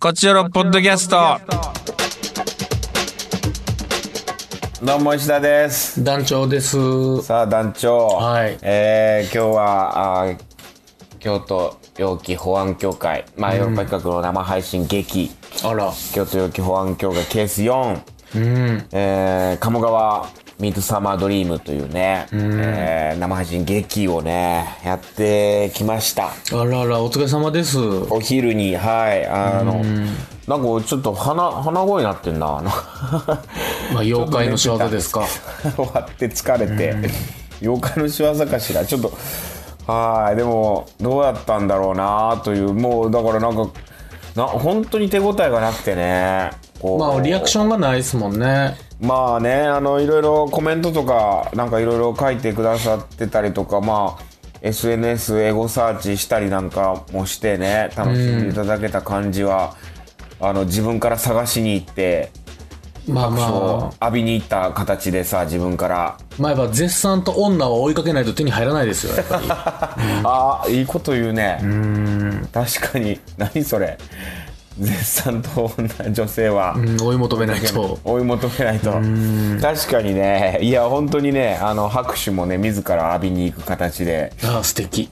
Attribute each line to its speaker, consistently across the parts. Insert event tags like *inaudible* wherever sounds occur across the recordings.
Speaker 1: こちらのポッドキャスト。
Speaker 2: どうも石田です。
Speaker 3: 団長です。
Speaker 2: さあ団長、
Speaker 3: はい
Speaker 2: えー今日はあー京都陽気保安協会、まあ、ヨーロッパ企画の生配信劇、
Speaker 3: あら、
Speaker 2: 京都陽気保安協会ケース4、えー鴨川ミートサマードリームというね、えー生配信劇をね、やってきました。
Speaker 3: あらあら、お疲れ様です。
Speaker 2: お昼に、はい、あの、なんかちょっと鼻、鼻声になってんな。
Speaker 3: まあ、妖怪の仕業ですか。
Speaker 2: *laughs* 終わって疲れて、妖怪の仕業かしらちょっとはいでもどうだったんだろうなというもうだからなんかな本当に手応えがなくてねこう
Speaker 3: まあ、リアクションがないですもんね。
Speaker 2: まあねあのいろいろコメントとかなんかいろいろ書いてくださってたりとかまあ SNS エゴサーチしたりなんかもしてね楽しんでいただけた感じは、あの自分から探しに行って
Speaker 3: まあま
Speaker 2: 浴びに行った形でさ自分から
Speaker 3: あ、まあ、やっぱ絶賛と女は追いかけないと手に入らないですよ、やっ
Speaker 2: *laughs*
Speaker 3: ぱり。
Speaker 2: ああいいこと言うね確かに何それ絶賛と女女性は
Speaker 3: うん追い求めないと。
Speaker 2: 追い求めないと確かにねいや本当にねあの拍手もね自ら浴びに行く形で
Speaker 3: ああ、素敵。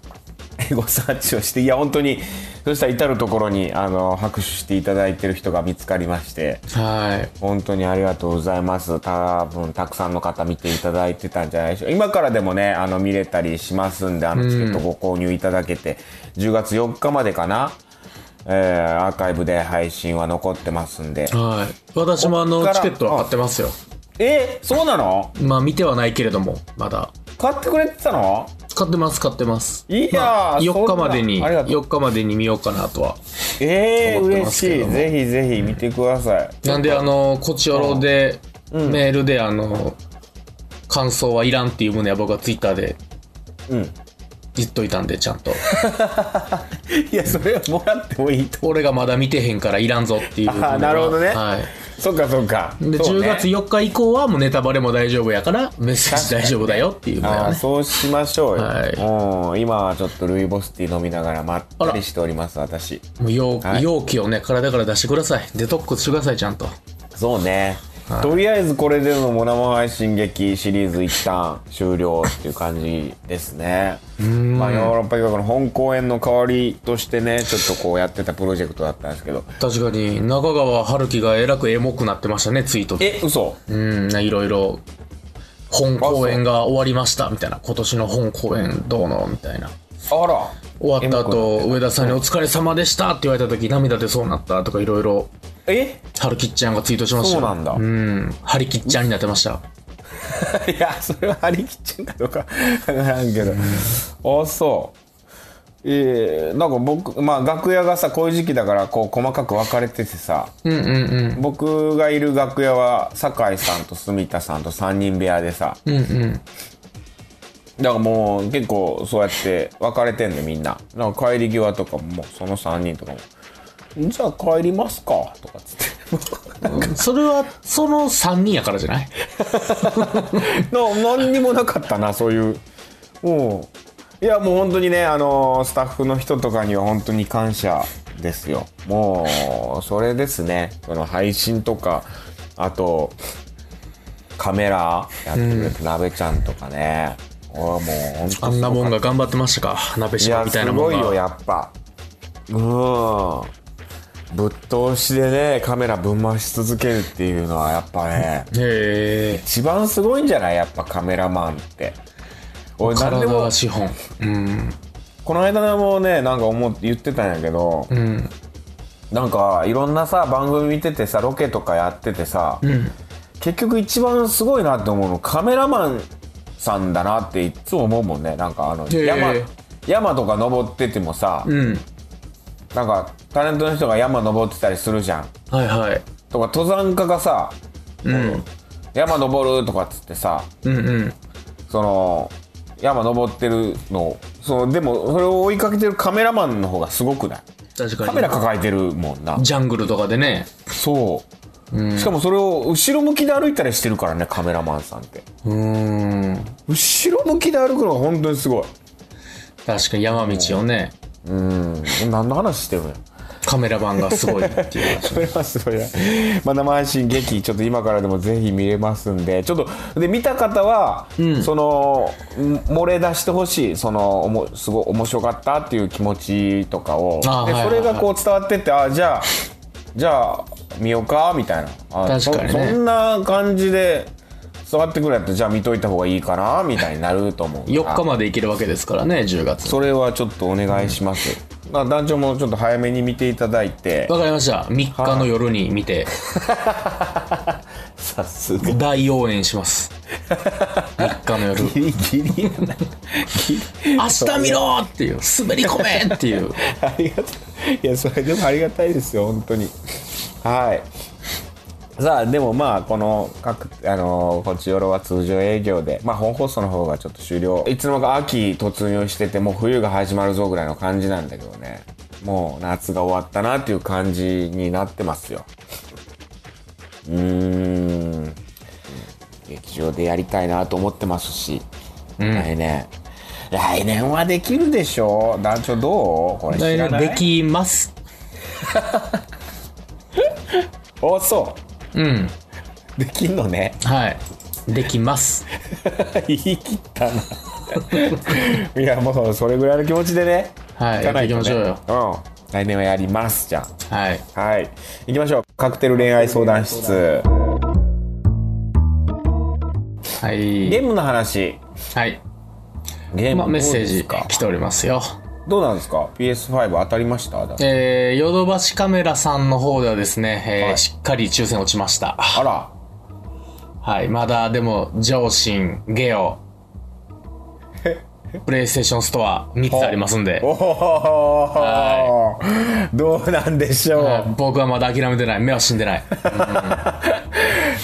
Speaker 2: エゴサーチをしていや本当にそしたら至る所にあの拍手していただいてる人が見つかりまして
Speaker 3: は
Speaker 2: 本当にありがとうございます。多分たくさんの方見ていただいてたんじゃないでしょうか。今からでもね、あの見れたりしますんで、あのチケットご購入いただけて、10月4日までかな、えーアーカイブで配信は残ってますんで
Speaker 3: い。。はい。私もあ
Speaker 2: こ
Speaker 3: の、
Speaker 2: っから
Speaker 3: チケットは買ってますよ。
Speaker 2: えーそうなの
Speaker 3: まあ、見てはないけれども、まだ。
Speaker 2: 買ってくれてたの
Speaker 3: 買ってます、買ってます。
Speaker 2: いやー
Speaker 3: ま
Speaker 2: そ
Speaker 3: あ、
Speaker 2: んな
Speaker 3: 4日までに、
Speaker 2: ありがとう
Speaker 3: 4日までに見ようかなとは。
Speaker 2: えー、
Speaker 3: 思って
Speaker 2: 嬉
Speaker 3: ます
Speaker 2: し
Speaker 3: けど
Speaker 2: い。
Speaker 3: も
Speaker 2: ぜひぜひ見てください。
Speaker 3: なんであのこちおろで、メールであの感想はいらんっていう旨は僕はツイッターで
Speaker 2: うん。
Speaker 3: 言っといたんでちゃんと
Speaker 2: *laughs*
Speaker 3: *laughs*
Speaker 2: いや、それはもらってもいいと。
Speaker 3: 俺がまだ見てへんからいらんぞっていうのは
Speaker 2: あーなるほどね
Speaker 3: はい、
Speaker 2: そっかそっか。
Speaker 3: で、
Speaker 2: そう
Speaker 3: 10
Speaker 2: ね
Speaker 3: 月4日以降はもうネタバレも大丈夫やからメッセージ大丈夫だよっていう旨
Speaker 2: あ
Speaker 3: は
Speaker 2: あ
Speaker 3: ね
Speaker 2: そうしましょうよ、
Speaker 3: は
Speaker 2: うん今はちょっとルイボスティー飲みながらまったりしております私
Speaker 3: もう容,、
Speaker 2: はい
Speaker 3: 容器をね体から出してくださいデトックスしてくださいちゃんと
Speaker 2: そうね、とりあえずこれでのモナモ配信劇シリーズ一旦終了っていう感じですねまあヨーロッパ企画の本公演の代わりとしてねちょっとこうやってたプロジェクトだったんですけど
Speaker 3: 確かに中川春樹がえらくエモくなってましたねツイートで
Speaker 2: え嘘
Speaker 3: うん、いろいろ、本公演が終わりました、みたいな。今年の本公演どうのみたいな。
Speaker 2: あら
Speaker 3: 終わった
Speaker 2: エモくなっ
Speaker 3: 後、上田さんにお疲れ様でしたって言われた時、涙出そうになったとかいろいろ、
Speaker 2: え
Speaker 3: はるきっちゃんがツイートしました
Speaker 2: そ
Speaker 3: よ
Speaker 2: うなんだ、
Speaker 3: うん、はりきっちゃんになってました。
Speaker 2: *laughs* いや、それは張り切っちゃうかどうかわからんけど。あ、そう。えー、なんか僕、まあ楽屋がさ、こういう時期だから、こう細かく分かれててさ、
Speaker 3: うんうんうん。
Speaker 2: 僕がいる楽屋は、酒井さんと住田さんと3人部屋でさ、
Speaker 3: うんうん。
Speaker 2: だからもう結構そうやって分かれてんねみんな。なんか帰り際とかも、もうその3人とかも、じゃあ帰りますか、とかっつって。
Speaker 3: それは、その3人やからじゃない
Speaker 2: *laughs* な何にもなかったなそういうもうんいやもう本当にねあのースタッフの人とかには本当に感謝ですよもうそれですねその配信とかあとカメラやってくれた鍋ちゃんとかね、俺はもう本当
Speaker 3: あんなもんが頑張ってましたか。鍋
Speaker 2: い
Speaker 3: 島
Speaker 2: や
Speaker 3: みたい
Speaker 2: す
Speaker 3: なもん
Speaker 2: ごいよ
Speaker 3: が。
Speaker 2: やっぱうんぶっ通しでねカメラぶん回し続けるっていうのはやっぱね
Speaker 3: へえ。
Speaker 2: 一番すごいんじゃないやっぱカメラマンって俺何で
Speaker 3: 体
Speaker 2: も
Speaker 3: は資本。うん。
Speaker 2: この間もねなんか思って言ってたんやけど、
Speaker 3: うん。
Speaker 2: なんかいろんなさ番組見ててさロケとかやっててさ、
Speaker 3: うん。
Speaker 2: 結局一番すごいなって思うのカメラマンさんだなっていっつも思うもんねなんかあの
Speaker 3: へえ
Speaker 2: 山山とか登っててもさ、
Speaker 3: うん。
Speaker 2: なんかタレントの人が山登ってたりするじゃん
Speaker 3: はいはい。
Speaker 2: とか登山家がさ
Speaker 3: うん。
Speaker 2: 山登るとかっつってさ
Speaker 3: うんうん。
Speaker 2: その山登ってるのそのでもそれを追いかけてるカメラマンの方がすごくない
Speaker 3: 確かに。
Speaker 2: カメラ抱えてるもんな
Speaker 3: ジャングルとかでね。
Speaker 2: そう、しかもそれを後ろ向きで歩いたりしてるからねカメラマンさんって
Speaker 3: うーん。
Speaker 2: 後ろ向きで歩くのが本当にすごい
Speaker 3: 確かに山道をね。
Speaker 2: うん何の話してるのよ
Speaker 3: カメラマンがすごいっ
Speaker 2: *laughs*
Speaker 3: ていう
Speaker 2: それはすごいな。まあ、生配信劇、ちょっと今からでもぜひ見れますんで、ちょっと、で、見た方は、その、ん漏れ出してほしい、その、おもすごい面白かったっていう気持ちとかを、で
Speaker 3: あはいはいはい
Speaker 2: それがこう伝わってって、あ、じゃあ、じゃあ、見ようか、みたいな。あ
Speaker 3: 確かにね
Speaker 2: そ。そんな感じで、伝わってくるやったら、じゃあ見といた方がいいかな、みたいになると思う。
Speaker 3: 4日までいけるわけですからね、10月。
Speaker 2: それはちょっとお願いします。まあ、団長もちょっと早めに見ていただいて、
Speaker 3: わかりました。3日の夜に見て、
Speaker 2: さすが
Speaker 3: 大応援します。3日の夜。
Speaker 2: *laughs* ギリギリやな。ギリ
Speaker 3: 明日見ろっていう、滑り込めって
Speaker 2: *laughs*
Speaker 3: いう。
Speaker 2: ありがとう。いや、それでもありがたいですよ、本当に。はい。さあ、でもまあ、この、各、あのーこっちよろは通常営業で、まあ、本放送の方がちょっと終了。いつの間にか秋突入してて、もう冬が始まるぞぐらいの感じなんだけどね。もう夏が終わったなっていう感じになってますよ。うーん。劇場でやりたいなと思ってますし、来年。来年はできるでしょ団長どうこれ知
Speaker 3: 来
Speaker 2: ら
Speaker 3: 年
Speaker 2: ない
Speaker 3: できます。
Speaker 2: おそ
Speaker 3: うん。
Speaker 2: うできんのね
Speaker 3: はい。できます。
Speaker 2: *laughs* 言い切ったないやもうそれぐらいの気持ちでね
Speaker 3: はい
Speaker 2: かなと
Speaker 3: やっていきまし
Speaker 2: よ、うん、来年はやりますじゃ
Speaker 3: はい。
Speaker 2: あはい行きましょうカクテル恋愛相談室
Speaker 3: は
Speaker 2: ゲー
Speaker 3: い。
Speaker 2: ムの話
Speaker 3: はい。
Speaker 2: ゲーム
Speaker 3: まあ、メッセー
Speaker 2: どうで
Speaker 3: ジ
Speaker 2: すか
Speaker 3: 来ておりますよ。
Speaker 2: どうなんですか PS5 当たりましただって
Speaker 3: えー、ヨドバシカメラさんの方ではですね、えー
Speaker 2: はい
Speaker 3: しっかり抽選落ちました。
Speaker 2: あら
Speaker 3: はい。まだ、でも、上信、
Speaker 2: *laughs*
Speaker 3: ゲオ、プレイステーションストア3つありますんで
Speaker 2: お、おどうなんでしょう、
Speaker 3: はい僕はまだ諦めてない。目は死んでない。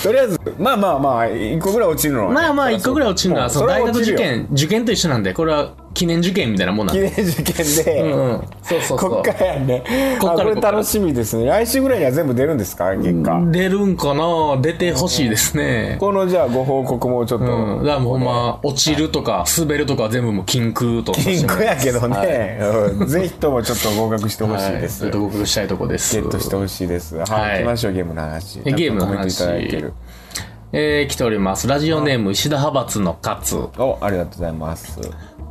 Speaker 2: とりあえずまあまあまあ一個ぐらい落ちるのはね
Speaker 3: まあまあ、一個ぐらい落ちるのは、
Speaker 2: そ
Speaker 3: その
Speaker 2: れは
Speaker 3: 大学
Speaker 2: 落ち
Speaker 3: 受
Speaker 2: るよ
Speaker 3: 験、受験と一緒なんで、これは記念受験みたいなもんなん
Speaker 2: 記
Speaker 3: で。
Speaker 2: 念受験で、
Speaker 3: うんうん。そうそう
Speaker 2: こ
Speaker 3: そ
Speaker 2: っからやね
Speaker 3: こっ
Speaker 2: あ
Speaker 3: から
Speaker 2: こ
Speaker 3: こ
Speaker 2: れ
Speaker 3: っから
Speaker 2: 楽しみですね来週ぐらいには全部出るんですか結果、
Speaker 3: う。出るんかな出てほしいですね。
Speaker 2: このじゃあご報告もちょっと、
Speaker 3: うん。だからもうほんま、落ちるとか、滑るとかは全部もう禁句と。
Speaker 2: ピンクやけどね、
Speaker 3: はい
Speaker 2: うんぜひともちょっと合格してほしいです、
Speaker 3: はい、合格したいとこです。
Speaker 2: ゲットしてほしいですはい、
Speaker 3: はい
Speaker 2: 行きましょうゲームの話
Speaker 3: えゲームの話
Speaker 2: コメントいただいてる
Speaker 3: えー来ております。ラジオネーム、石田派閥の勝。
Speaker 2: おありがとうございます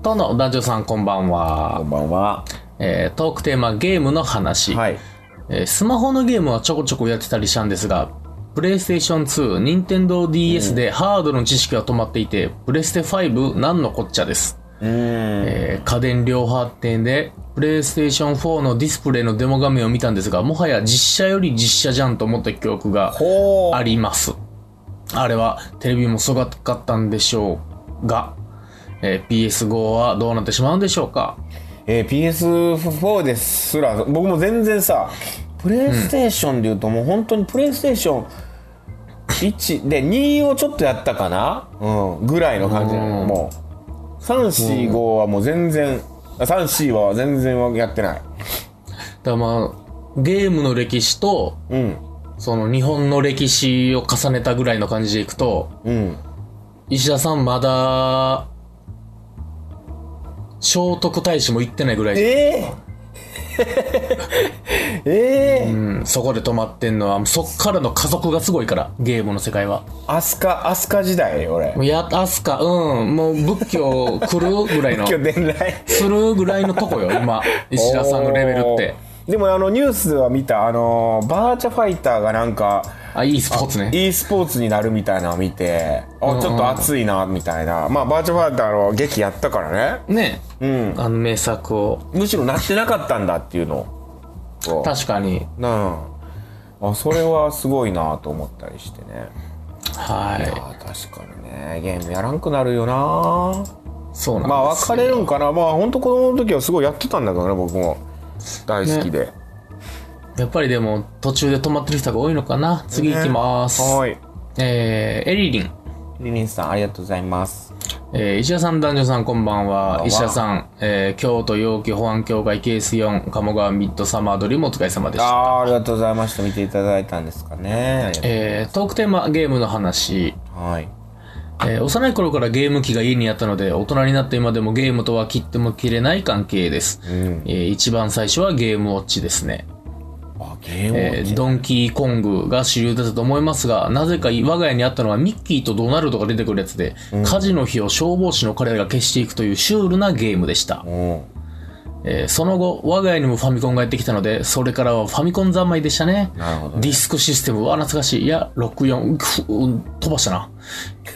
Speaker 3: との男女さんこんばん
Speaker 2: こ
Speaker 3: は。
Speaker 2: んばんは
Speaker 3: えートークテーマ、ゲームの話。
Speaker 2: はい
Speaker 3: えースマホのゲームはちょこちょこやってたりしたんですが、プレイステーション2、任天堂 DS でハードの知識は止まっていて、プレステ5、なんのこっちゃです。
Speaker 2: うーん
Speaker 3: えー家電量販店で、プレイステーション4のディスプレイのデモ画面を見たんですが、もはや実写より実写じゃんと思った記憶が
Speaker 2: ほ
Speaker 3: あ
Speaker 2: ー
Speaker 3: ります。あれはテレビもすごかったんでしょうが、えー PS5 はどうなってしまうんでしょうか
Speaker 2: えー PS4 ですら僕も全然さプレイステーションでいうと、もう本当にプレイステーション1で2をちょっとやったかな、うん、ぐらいの感じなの、
Speaker 3: うん
Speaker 2: もう345はもう全然34は全然やってない
Speaker 3: だからまあ、ゲームの歴史と、
Speaker 2: うん
Speaker 3: その日本の歴史を重ねたぐらいの感じでいくと、
Speaker 2: うん
Speaker 3: 石田さんまだ、聖徳太子も行ってないぐらい、
Speaker 2: えー、 *laughs* えー、
Speaker 3: うん、そこで止まってんのは、そっからの加速がすごいから、ゲームの世界は。
Speaker 2: 飛鳥飛鳥時代俺
Speaker 3: もうや、アスカ、うん、もう仏教来るぐらいの、
Speaker 2: 今日伝来
Speaker 3: するぐらいのとこよ、今、石田さんのレベルって。
Speaker 2: おーでもあのニュースでは見たあのバーチャファイターがなんか
Speaker 3: あ、いいスポーツね。
Speaker 2: e スポーツになるみたいなのを見てあちょっと熱いなみたいなまあバーチャファイターの劇やったからね
Speaker 3: ね、
Speaker 2: うん
Speaker 3: あの名作を。
Speaker 2: むしろなってなかったんだっていうのを
Speaker 3: 確かに、
Speaker 2: なああそれはすごいなと思ったりしてね
Speaker 3: はい。
Speaker 2: あ確かにねゲームやらんくなるよな
Speaker 3: そうなんですよ。
Speaker 2: まあ別れるんかなまあ本当子供の時はすごいやってたんだけどね僕も大好きで、
Speaker 3: やっぱりでも途中で止まってる人が多いのかな。次行きます。
Speaker 2: はい
Speaker 3: えー、エリリン。
Speaker 2: リリンさんありがとうございます
Speaker 3: えー、石田さん、男女さん、こんば
Speaker 2: こん
Speaker 3: ん
Speaker 2: ばん
Speaker 3: は
Speaker 2: は。
Speaker 3: 石田さん、えー、京都陽気保安協会ケース4、鴨川ミッドサマードリームお疲れ様で
Speaker 2: あ
Speaker 3: した。
Speaker 2: あありがとうございました見ていただいたんですかねありがとう
Speaker 3: えー、トークテーマ、ゲームの話。
Speaker 2: はい
Speaker 3: えー幼い頃からゲーム機が家にあったので、大人になって今でもゲームとは切っても切れない関係です。えー一番最初はゲームウォッチですね。
Speaker 2: あ、ゲーム
Speaker 3: えードンキーコングが主流だったと思いますが、なぜか我が家にあったのはミッキーとドナルドが出てくるやつで、火事の火を消防士の彼らが消していくというシュールなゲームでした。
Speaker 2: うん。
Speaker 3: えーその後、我が家にもファミコンがやってきたので、それからはファミコン三昧でしたね。
Speaker 2: なるほど
Speaker 3: ディスクシステムは懐かしい。いや、64、くうん飛ばしたな。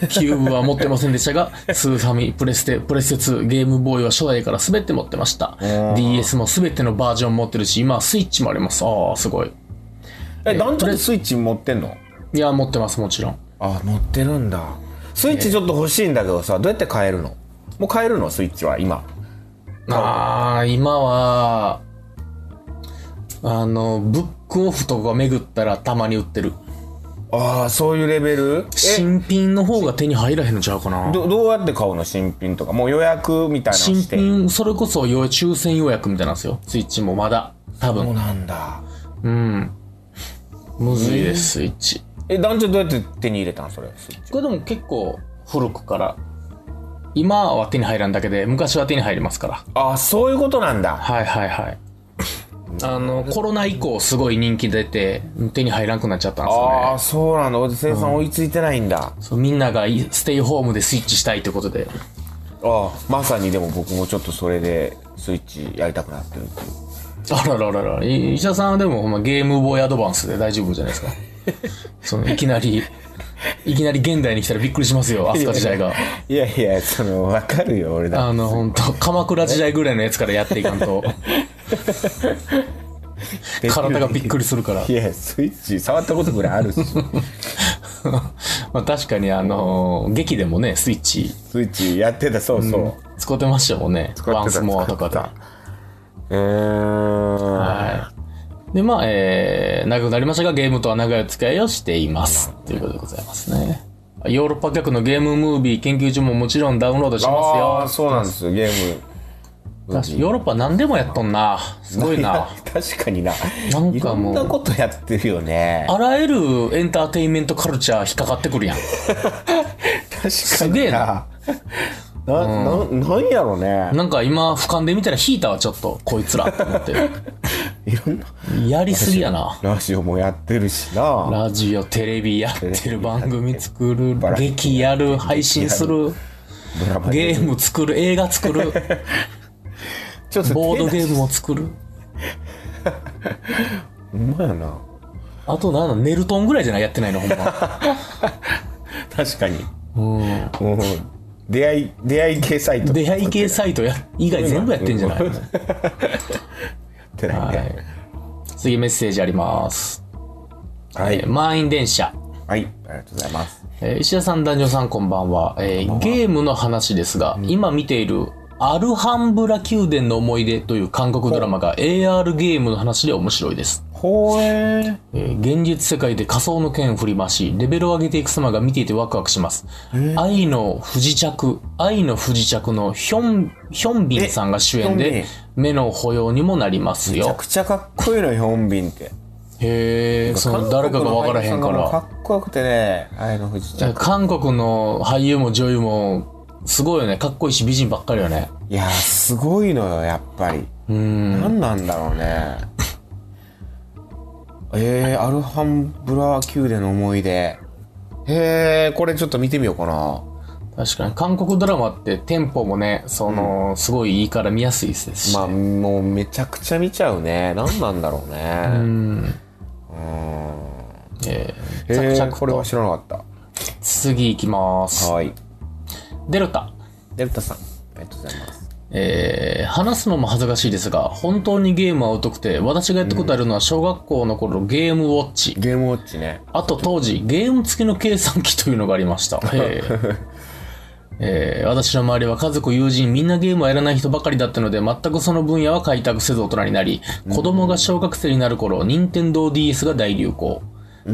Speaker 3: キューブは持ってませんでした
Speaker 2: *laughs*
Speaker 3: が、スーファミ、プレステ、プレステ2、ゲームボーイは初代から全て持ってました。DS も全てのバージョン持ってるし、今はスイッチもあります。ああ、すごい。
Speaker 2: え、団長スイッチ持ってんの
Speaker 3: いや、持ってます、もちろん。
Speaker 2: あ、持ってるんだ。スイッチちょっと欲しいんだけどさ、どうやって買えるのもう買えるのスイッチは今。
Speaker 3: ああ、今は、あの、ブックオフとか巡ったらたまに売ってる。
Speaker 2: ああ、そういうレベルえ
Speaker 3: 新品の方が手に入らへんのちゃうかな。
Speaker 2: ど、どうやって買うの新品とか。もう予約みたいなの
Speaker 3: 新
Speaker 2: して。
Speaker 3: 品、それこそ要抽選予約みたいなんですよ。スイッチもまだ。多
Speaker 2: そう
Speaker 3: 分。
Speaker 2: なんだ。
Speaker 3: うん。むずいです、スイッチ。
Speaker 2: え、団長どうやって手に入れたんそれ。スイッチ
Speaker 3: これでも結構古くから。今は手に入らんだけで、昔は手に入りますから。
Speaker 2: あ、そういうことなんだ。
Speaker 3: はいはいはい。あの、コロナ以降すごい人気出て、手に入らんくなっちゃったんですよね。
Speaker 2: ああ、そうなんだ。俺生産追いついてないんだ。
Speaker 3: そうみんながいステイホームでスイッチしたいってことで。
Speaker 2: ああ、まさにでも僕もちょっとそれでスイッチやりたくなってるっていう。
Speaker 3: あららららら、い石田さんはでもほんまゲームボーイアドバンスで大丈夫じゃないですか。そのいきなり、いきなり現代に来たらびっくりしますよ、飛鳥時代が。
Speaker 2: いやいや、その、わかるよ、俺だ。
Speaker 3: あの、本当鎌倉時代ぐらいのやつからやっていかんと、体がびっくりす
Speaker 2: *laughs*
Speaker 3: るから
Speaker 2: い。や、スイッチ触ったことぐらいあ
Speaker 3: *laughs*
Speaker 2: るし、ス
Speaker 3: まあ確かにあの、劇でもね、スイッチ
Speaker 2: イッチやってた、そうそう。
Speaker 3: 使ってましたもんね。
Speaker 2: 使ってた
Speaker 3: ワンスモアとかで。
Speaker 2: 使ってたえー、
Speaker 3: はい。で、まあ、えー、長くなりましたが、ゲームとは長いお付き合いをしています。ということでございますね。ヨーロッパ客のゲームムービー研究所ももちろんダウンロードし
Speaker 2: ああー、
Speaker 3: ます
Speaker 2: そ
Speaker 3: よ。
Speaker 2: うなんですよ、ゲーム。
Speaker 3: 確かにヨーロッパ何でもやっとんな。すごいな。
Speaker 2: *laughs* 確かにな。
Speaker 3: なん
Speaker 2: い
Speaker 3: か
Speaker 2: ろん
Speaker 3: も
Speaker 2: な
Speaker 3: う、
Speaker 2: ことやってるよね。
Speaker 3: あらゆるエンターテインメントカルチャー引っかかってくるやん。
Speaker 2: 確か
Speaker 3: すげえ
Speaker 2: にな。 *laughs* な、な、なんやろね。
Speaker 3: なんか今、俯瞰で見たら引いたわ、ちょっと、こいつらって思って。
Speaker 2: いろんな。
Speaker 3: やりすぎやな。
Speaker 2: ラジオもやってるしな。
Speaker 3: ラジオ、テレビやってる、番組作る
Speaker 2: バラ、エティ
Speaker 3: 劇やる、配信する、
Speaker 2: ドラマ
Speaker 3: ゲ
Speaker 2: で
Speaker 3: ーム作る、映画作る。
Speaker 2: ちょっと手出し
Speaker 3: ボードゲームも作る。
Speaker 2: ほんまやな。
Speaker 3: あとなんだ、ネルトンぐらいじゃないやってないの、ほん *laughs* ま。
Speaker 2: 確かに。
Speaker 3: うん。
Speaker 2: うん出会い、出会い系サイト。
Speaker 3: 出会い系サイトや以外全部やってんじゃない、
Speaker 2: うんってない
Speaker 3: は
Speaker 2: ね
Speaker 3: い。次メッセージあります。
Speaker 2: はい。
Speaker 3: えー満員電車。
Speaker 2: はい。ありがとうございます。
Speaker 3: えー石田さん、男女さん、こんばんは。えーゲームの話ですが、今見ているアルハンブラ宮殿の思い出という韓国ドラマが AR ゲームの話で面白いです。
Speaker 2: ほえ
Speaker 3: えー現実世界で仮想の剣を振り回し、レベルを上げていく様が見ていてワクワクします。愛の不時着、愛の不時着のヒョン、ヒョンビンさんが主演
Speaker 2: えヒョン
Speaker 3: で、目の保養にもなります
Speaker 2: めちゃ
Speaker 3: よ。
Speaker 2: くちゃかっこいいのよ、ヒョンビンって。
Speaker 3: へえ、その誰かがわからへんか。
Speaker 2: 韓国の俳優さがもうからっこよくてね、あの富士ちゃん。
Speaker 3: 韓国の俳優も女優も、すごいよね。かっこいいし美人ばっかりよね。
Speaker 2: いやー、すごいのよ、やっぱり。
Speaker 3: うん。
Speaker 2: 何なんだろうね。えー、アルハンブラ宮殿の思い出。へえ、これちょっと見てみようかな。
Speaker 3: 確かに。韓国ドラマってテンポもね、その、すごいいいから見やすいですし。
Speaker 2: まあ、もうめちゃくちゃ見ちゃうね。何なんだろう
Speaker 3: う
Speaker 2: ね。
Speaker 3: ん。えー、着
Speaker 2: へ
Speaker 3: 々
Speaker 2: え、
Speaker 3: と
Speaker 2: これは知らなかっ
Speaker 3: 次行きます
Speaker 2: た。。はい。
Speaker 3: デルタ。
Speaker 2: デルタさん、ありがとうございます。
Speaker 3: えー、話すのも恥ずかしいですが、本当にゲームは疎くて、私がやったことあるのは小学校の頃、ゲームウォッチ。
Speaker 2: ゲームウォッチね。
Speaker 3: あと当時、ゲーム付きの計算機というのがありました。えーえー私の周りは家族、友人、みんなゲームをやらない人ばかりだったので、全くその分野は開拓せず大人になり、子供が小学生になる頃、任天堂 d s が大流行。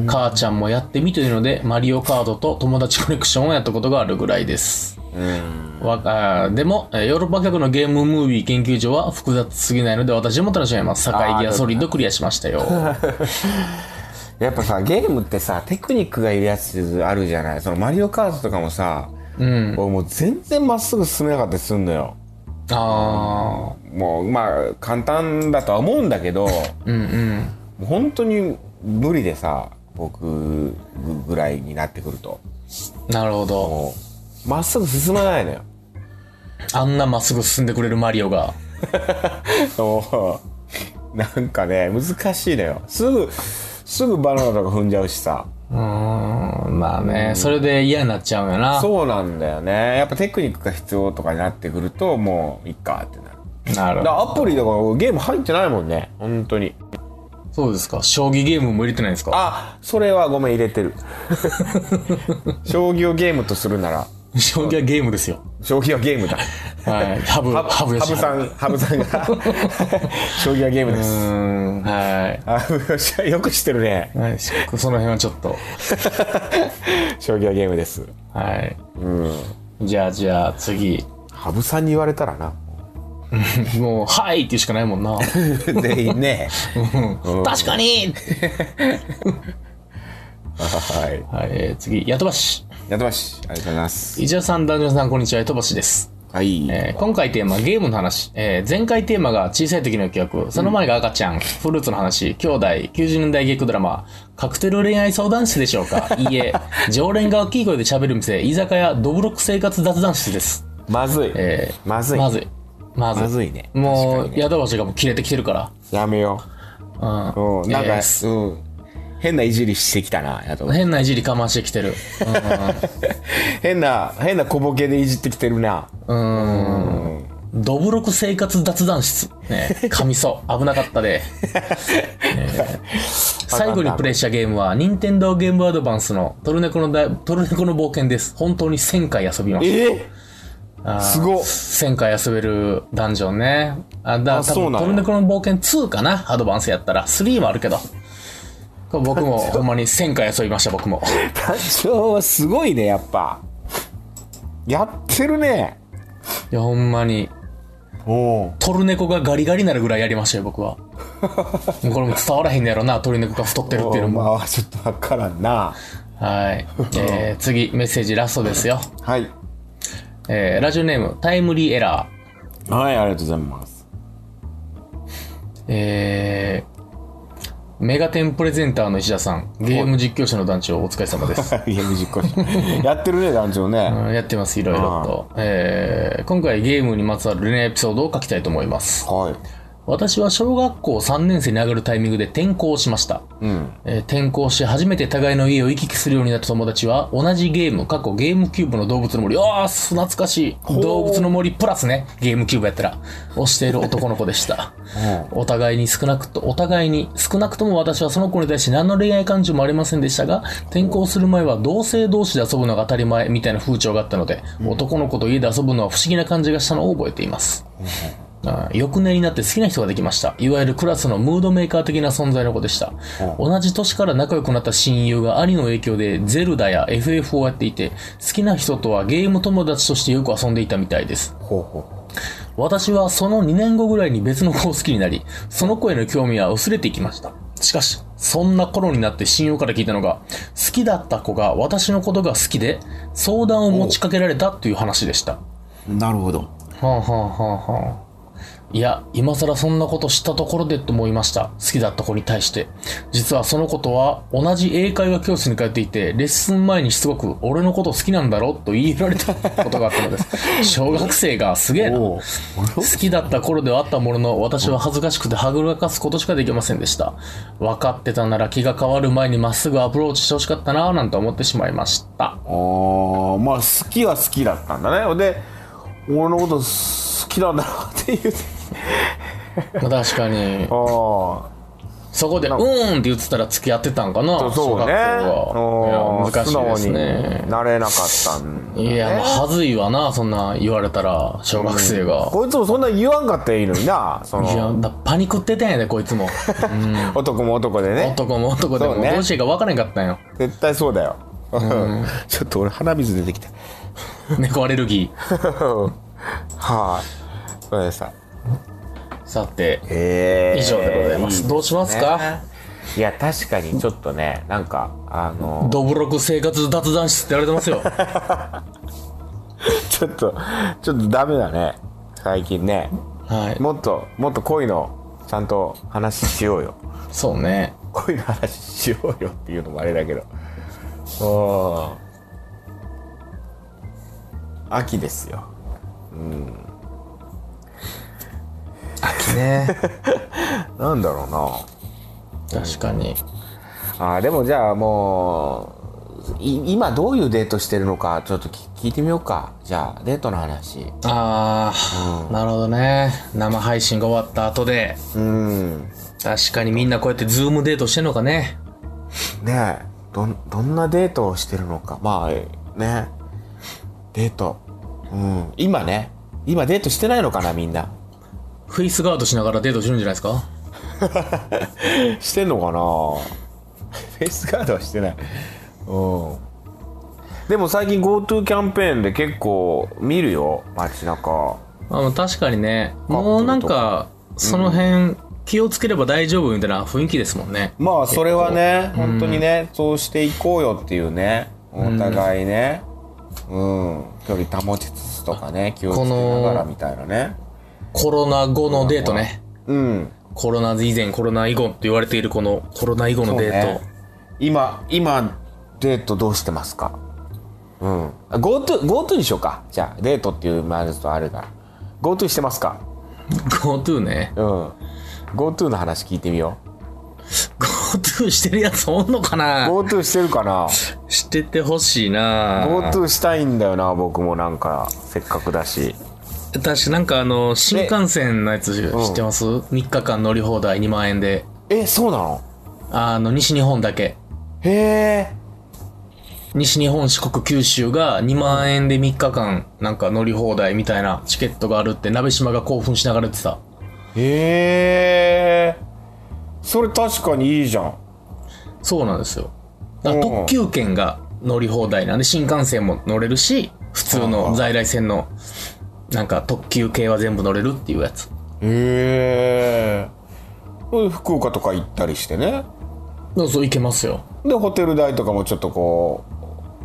Speaker 3: 母ちゃんもやってみというので、マリオカードと友達コネクションをやったことがあるぐらいです。わあーでも、えーヨーロッパ客のゲームムービー研究所は複雑すぎないので私も楽しめます。境ギアソリッドクリアしましたよ。
Speaker 2: やっぱさ、ゲームってさ、テクニックがいるやつあるじゃない。そのマリオカートとかもさ、
Speaker 3: うん。
Speaker 2: 俺もう全然まっすぐ進めなかったりすんのよ。
Speaker 3: ああ。
Speaker 2: もう、まあ、簡単だとは思うんだけど、
Speaker 3: うんうん。
Speaker 2: もう本当に無理でさ僕ぐらいになってくると
Speaker 3: なるほど。
Speaker 2: もうまっすぐ進まないのよ
Speaker 3: あんなまっすぐ進んでくれるマリオが。
Speaker 2: そうなんかね難しいのよすぐすぐバナナとか踏んじゃうしさ
Speaker 3: うーん、まあね、それで嫌になっちゃうんやな。
Speaker 2: そうなんだよねやっぱテクニックが必要とかになってくるともういっかってなる
Speaker 3: なる
Speaker 2: だ
Speaker 3: ほ
Speaker 2: から
Speaker 3: ど。
Speaker 2: アプリとかゲーム入ってないもんね本当に
Speaker 3: そうですか。将棋ゲームも入れてないですか
Speaker 2: あそれはごめん入れて *laughs* る将棋をゲームとするなら
Speaker 3: 将棋はゲームですよ。
Speaker 2: 将棋はゲームだ
Speaker 3: *laughs* はい。ハブ、ハブよし。
Speaker 2: さ
Speaker 3: ん。うん
Speaker 2: ハブさんが *laughs* 将棋はゲームです
Speaker 3: ーん、はい。
Speaker 2: ハブよし *laughs* よく知ってるね
Speaker 3: はい、そその辺はちょっと。
Speaker 2: 将棋はゲームです
Speaker 3: はい。じゃあ、じゃあ、次。
Speaker 2: ハブさんに言われたら *laughs* な
Speaker 3: もう、はいっていうしかないもんな。う
Speaker 2: 全員 *laughs* ね
Speaker 3: ん確かに
Speaker 2: はい
Speaker 3: はい、えー次、ヤトバシ。
Speaker 2: やってましありがとうございます
Speaker 3: 伊沢さん、男女さん、こんにちは、ヤトバシです。
Speaker 2: はい、
Speaker 3: えー今回テーマ、ゲームの話。えー前回テーマが小さい時の記憶、その前が赤ちゃん、フルーツの話、兄弟、90年代劇ドラマ、カクテル恋愛相談室でしょう
Speaker 2: *laughs*
Speaker 3: かいいえ、常連が大きい声で喋る店、居酒屋、ドブロック生活雑談室です。
Speaker 2: まずい、
Speaker 3: えー
Speaker 2: まずい
Speaker 3: まずい。まずい。
Speaker 2: まずいね
Speaker 3: も
Speaker 2: 確
Speaker 3: う
Speaker 2: か、にね
Speaker 3: ヤトバシがもう切れてきてるか
Speaker 2: やめよ
Speaker 3: ら。
Speaker 2: う、
Speaker 3: うん。
Speaker 2: うん、なんか、
Speaker 3: えー
Speaker 2: うん変ないじりしてきたなやっと
Speaker 3: 変ないじりかましてきてる。
Speaker 2: 変な変な小ボケでいじってきてるな
Speaker 3: ドブロク生活雑談室。ね、噛みそう。危なかったで。ね最後にプレイしたゲームは、任天堂ゲームアドバンスのトルネコの大トルネコの冒険です。本当に1000回遊びまし
Speaker 2: えー
Speaker 3: た。
Speaker 2: すごっ
Speaker 3: 1000回遊べるダンジョンね。あ、だ
Speaker 2: あ
Speaker 3: 多
Speaker 2: そう
Speaker 3: 分
Speaker 2: なんや
Speaker 3: トルネコの冒険2かなアドバンスやったら。3もあるけど。これ僕
Speaker 2: *laughs*
Speaker 3: も、ほんまに1000回遊びました、僕も。
Speaker 2: 団長はすごいねやっぱやってるね
Speaker 3: いや、ほんまに。
Speaker 2: おお
Speaker 3: トルネコがガリガリになるぐらいやりましたよ、僕
Speaker 2: *laughs*
Speaker 3: は。もうこれも伝わらへんのやろな、トルネコが太ってるっていうのも。
Speaker 2: まあちょっとわからんな
Speaker 3: はい。えー、次、メッセージラストですよ。
Speaker 2: はい
Speaker 3: えー、ラジオネーム、タイムリーエラー。
Speaker 2: はいありがとうございます
Speaker 3: えー、メガテンプレゼンターの石田さん、ゲーム実況者の団長、お疲れ
Speaker 2: *laughs*
Speaker 3: 様です。
Speaker 2: ゲーム実行者やってるね団長ね
Speaker 3: うんやってます、いろいろと。えー、今回ゲームにまつわる恋愛エピソードを書きたいと思います。
Speaker 2: はい
Speaker 3: 私は小学校3年生に上がるタイミングで転校をしました、えー転校し初めて互いの家を行き来するようになった友達は同じゲーム過去ゲームキューブの動物の森ああ懐かしい
Speaker 2: ー
Speaker 3: 動物の森プラスねゲームキューブやったらをしている男の子でした、お互いに少なくとお互いに少なくとも私はその子に対して何の恋愛感情もありませんでしたが転校する前は同性同士で遊ぶのが当たり前みたいな風潮があったので、男の子と家で遊ぶのは不思議な感じがしたのを覚えています、あー翌年になって好きな人ができました。いわゆるクラスのムードメーカー的な存在の子でした。同じ年から仲良くなった親友が兄の影響でゼルダや FF をやっていて、好きな人とはゲーム友達としてよく遊んでいたみたいです。
Speaker 2: ほうほ
Speaker 3: 私はその2年後ぐらいに別の子を好きになり、その子への興味は薄れていきました。しかし、そんな頃になって親友から聞いたのが、好きだった子が私のことが好きで、相談を持ちかけられたという話でした。
Speaker 2: うなるほど
Speaker 3: はあはあはあはあいや、今更そんなことしたところでと思いました。好きだった子に対して。実はその子とは同じ英会話教室に通っていて、レッスン前にしつごく俺のこと好きなんだろと言いられたことがあったのです。小学生がすげえな。
Speaker 2: おお
Speaker 3: 好きだった頃ではあったものの、私は恥ずかしくてはぐらかすことしかできませんでした。分かってたなら気が変わる前にまっすぐアプローチしてほしかったなぁなんて思ってしまいました。
Speaker 2: あーまあ好きは好きだったんだねで俺のこと好きなんだなって言うて
Speaker 3: まあ確かに
Speaker 2: あ。あ
Speaker 3: そこで、うーんって言ってたら付き合ってたんかな、
Speaker 2: そうね。うん
Speaker 3: 小学校は。いや、難しい
Speaker 2: 素
Speaker 3: です
Speaker 2: 直
Speaker 3: ね。
Speaker 2: になれなかったんだね
Speaker 3: いや、まあ、はずいわな、そんな言われたら、小学生が。
Speaker 2: こいつもそんな言わんかったらいいのにな、そ
Speaker 3: いや
Speaker 2: の、
Speaker 3: だパニックってたんやで、こい
Speaker 2: *laughs*
Speaker 3: つも。
Speaker 2: 男も男でね。
Speaker 3: 男も男でも、
Speaker 2: そうね
Speaker 3: どうしていいか分からへんかったんよ。
Speaker 2: 絶対そうだよ。 *laughs* ちょっと俺鼻水出てきた。
Speaker 3: 猫アレルギ
Speaker 2: はい。そうでした。
Speaker 3: ー。さて、
Speaker 2: えー
Speaker 3: 以上でございます。どうしますか、
Speaker 2: いや、確かにちょっとね、なんか、あの、
Speaker 3: ドブロク生活雑談室って言われてます
Speaker 2: *laughs*
Speaker 3: よ。
Speaker 2: ちょっと、ちょっとダメだね。最近ね。
Speaker 3: はい。
Speaker 2: もっと、もっと恋のちゃんと話しようよ。
Speaker 3: そうね。
Speaker 2: 恋の話しようよっていうのもあれだけど。そう。秋ですよ。
Speaker 3: 秋ね。
Speaker 2: なんだろうな。
Speaker 3: 確かに。
Speaker 2: あーでもじゃあもうい今どういうデートしてるのかちょっとき聞いてみようかじゃあデートの話
Speaker 3: ああ、なるほどね。生配信が終わった後で、
Speaker 2: うんね
Speaker 3: 確かにみんなこうやってズームデートしてんのかね。
Speaker 2: えどんどんなデートをしてるのかまあねデートうん今ね今デートしてないのかなみんな *laughs*
Speaker 3: フェイスガードしながらデートしてるんじゃないですか
Speaker 2: してんのかなフェイスガードはしてないうんでも最近 GoTo キャンペーンで結構見るよ街中
Speaker 3: あまあ確かにね。
Speaker 2: ップルとか
Speaker 3: もうなんか、その辺、気をつければ大丈夫みたいな雰囲気ですもんね。
Speaker 2: まあそれはね本当にね、そうしていこうよっていうねお互いねうん、距離保ちつつとかね気をつけながらみたいなね
Speaker 3: コロナ後のデートね。
Speaker 2: うん
Speaker 3: コロナ以前、コロナ以後って言われているこのコロナ以後のデート。
Speaker 2: そうね今今デートどうしてますかうん GoTo GoTo にしようかじゃあデートっていうまずとあるから GoTo してますか
Speaker 3: GoTo ね。
Speaker 2: うん GoTo の話聞いてみよ
Speaker 3: GoTo してるやつおんのか
Speaker 2: う
Speaker 3: な
Speaker 2: GoTo してるかな
Speaker 3: しててほしいな
Speaker 2: GoTo したいんだよな僕もなんかせっかくだし
Speaker 3: 確かなんかあの、新幹線のやつ知ってます ?3 日間乗り放題2万円で。
Speaker 2: えそうなの
Speaker 3: あの、西日本だけ。
Speaker 2: へえ
Speaker 3: 西日本、四国、九州が2万円で3日間なんか乗り放題みたいなチケットがあるって鍋島が興奮しながら言ってた。
Speaker 2: へえそれ確かにいいじゃん
Speaker 3: そうなんですよ。だか
Speaker 2: うん
Speaker 3: ら特急券が乗り放題なんで新幹線も乗れるし、普通の在来線のなんか特急系は全部乗れるっていうやつ。
Speaker 2: へえ福岡とか行ったりしてね
Speaker 3: そうそう、行けますよ。
Speaker 2: でホテル代とかもちょっとこ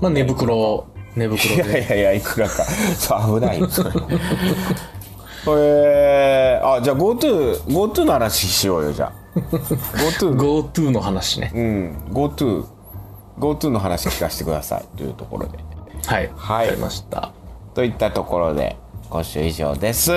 Speaker 3: まあ、寝袋を、寝
Speaker 2: う
Speaker 3: 袋
Speaker 2: い
Speaker 3: で。
Speaker 2: やいやいやいくらかそう危ないよそれ *laughs* へえあじゃあ GoTo GoTo の話しようよじゃあ *laughs* GoTo
Speaker 3: GoTo の話ね。
Speaker 2: うん GoTo GoTo の話聞かせてくださいというところで
Speaker 3: はい。
Speaker 2: はい
Speaker 3: わかりました。
Speaker 2: といったところで今週以上です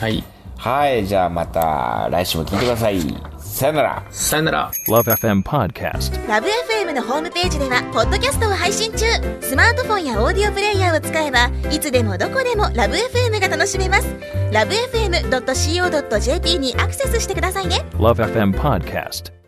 Speaker 3: はい。
Speaker 2: はいじゃあまた来週も聞いてくださいさよなら
Speaker 3: さよなら。
Speaker 1: Love FM Podcast.
Speaker 4: ラブ f m のホームページではポッドキャストを配信中スマートフォンやオーディオプレイヤーを使えばいつでもどこでもラブ f m が楽しめますラブ FM.co.jp にアクセスしてくださいね
Speaker 1: Love FM Podcast.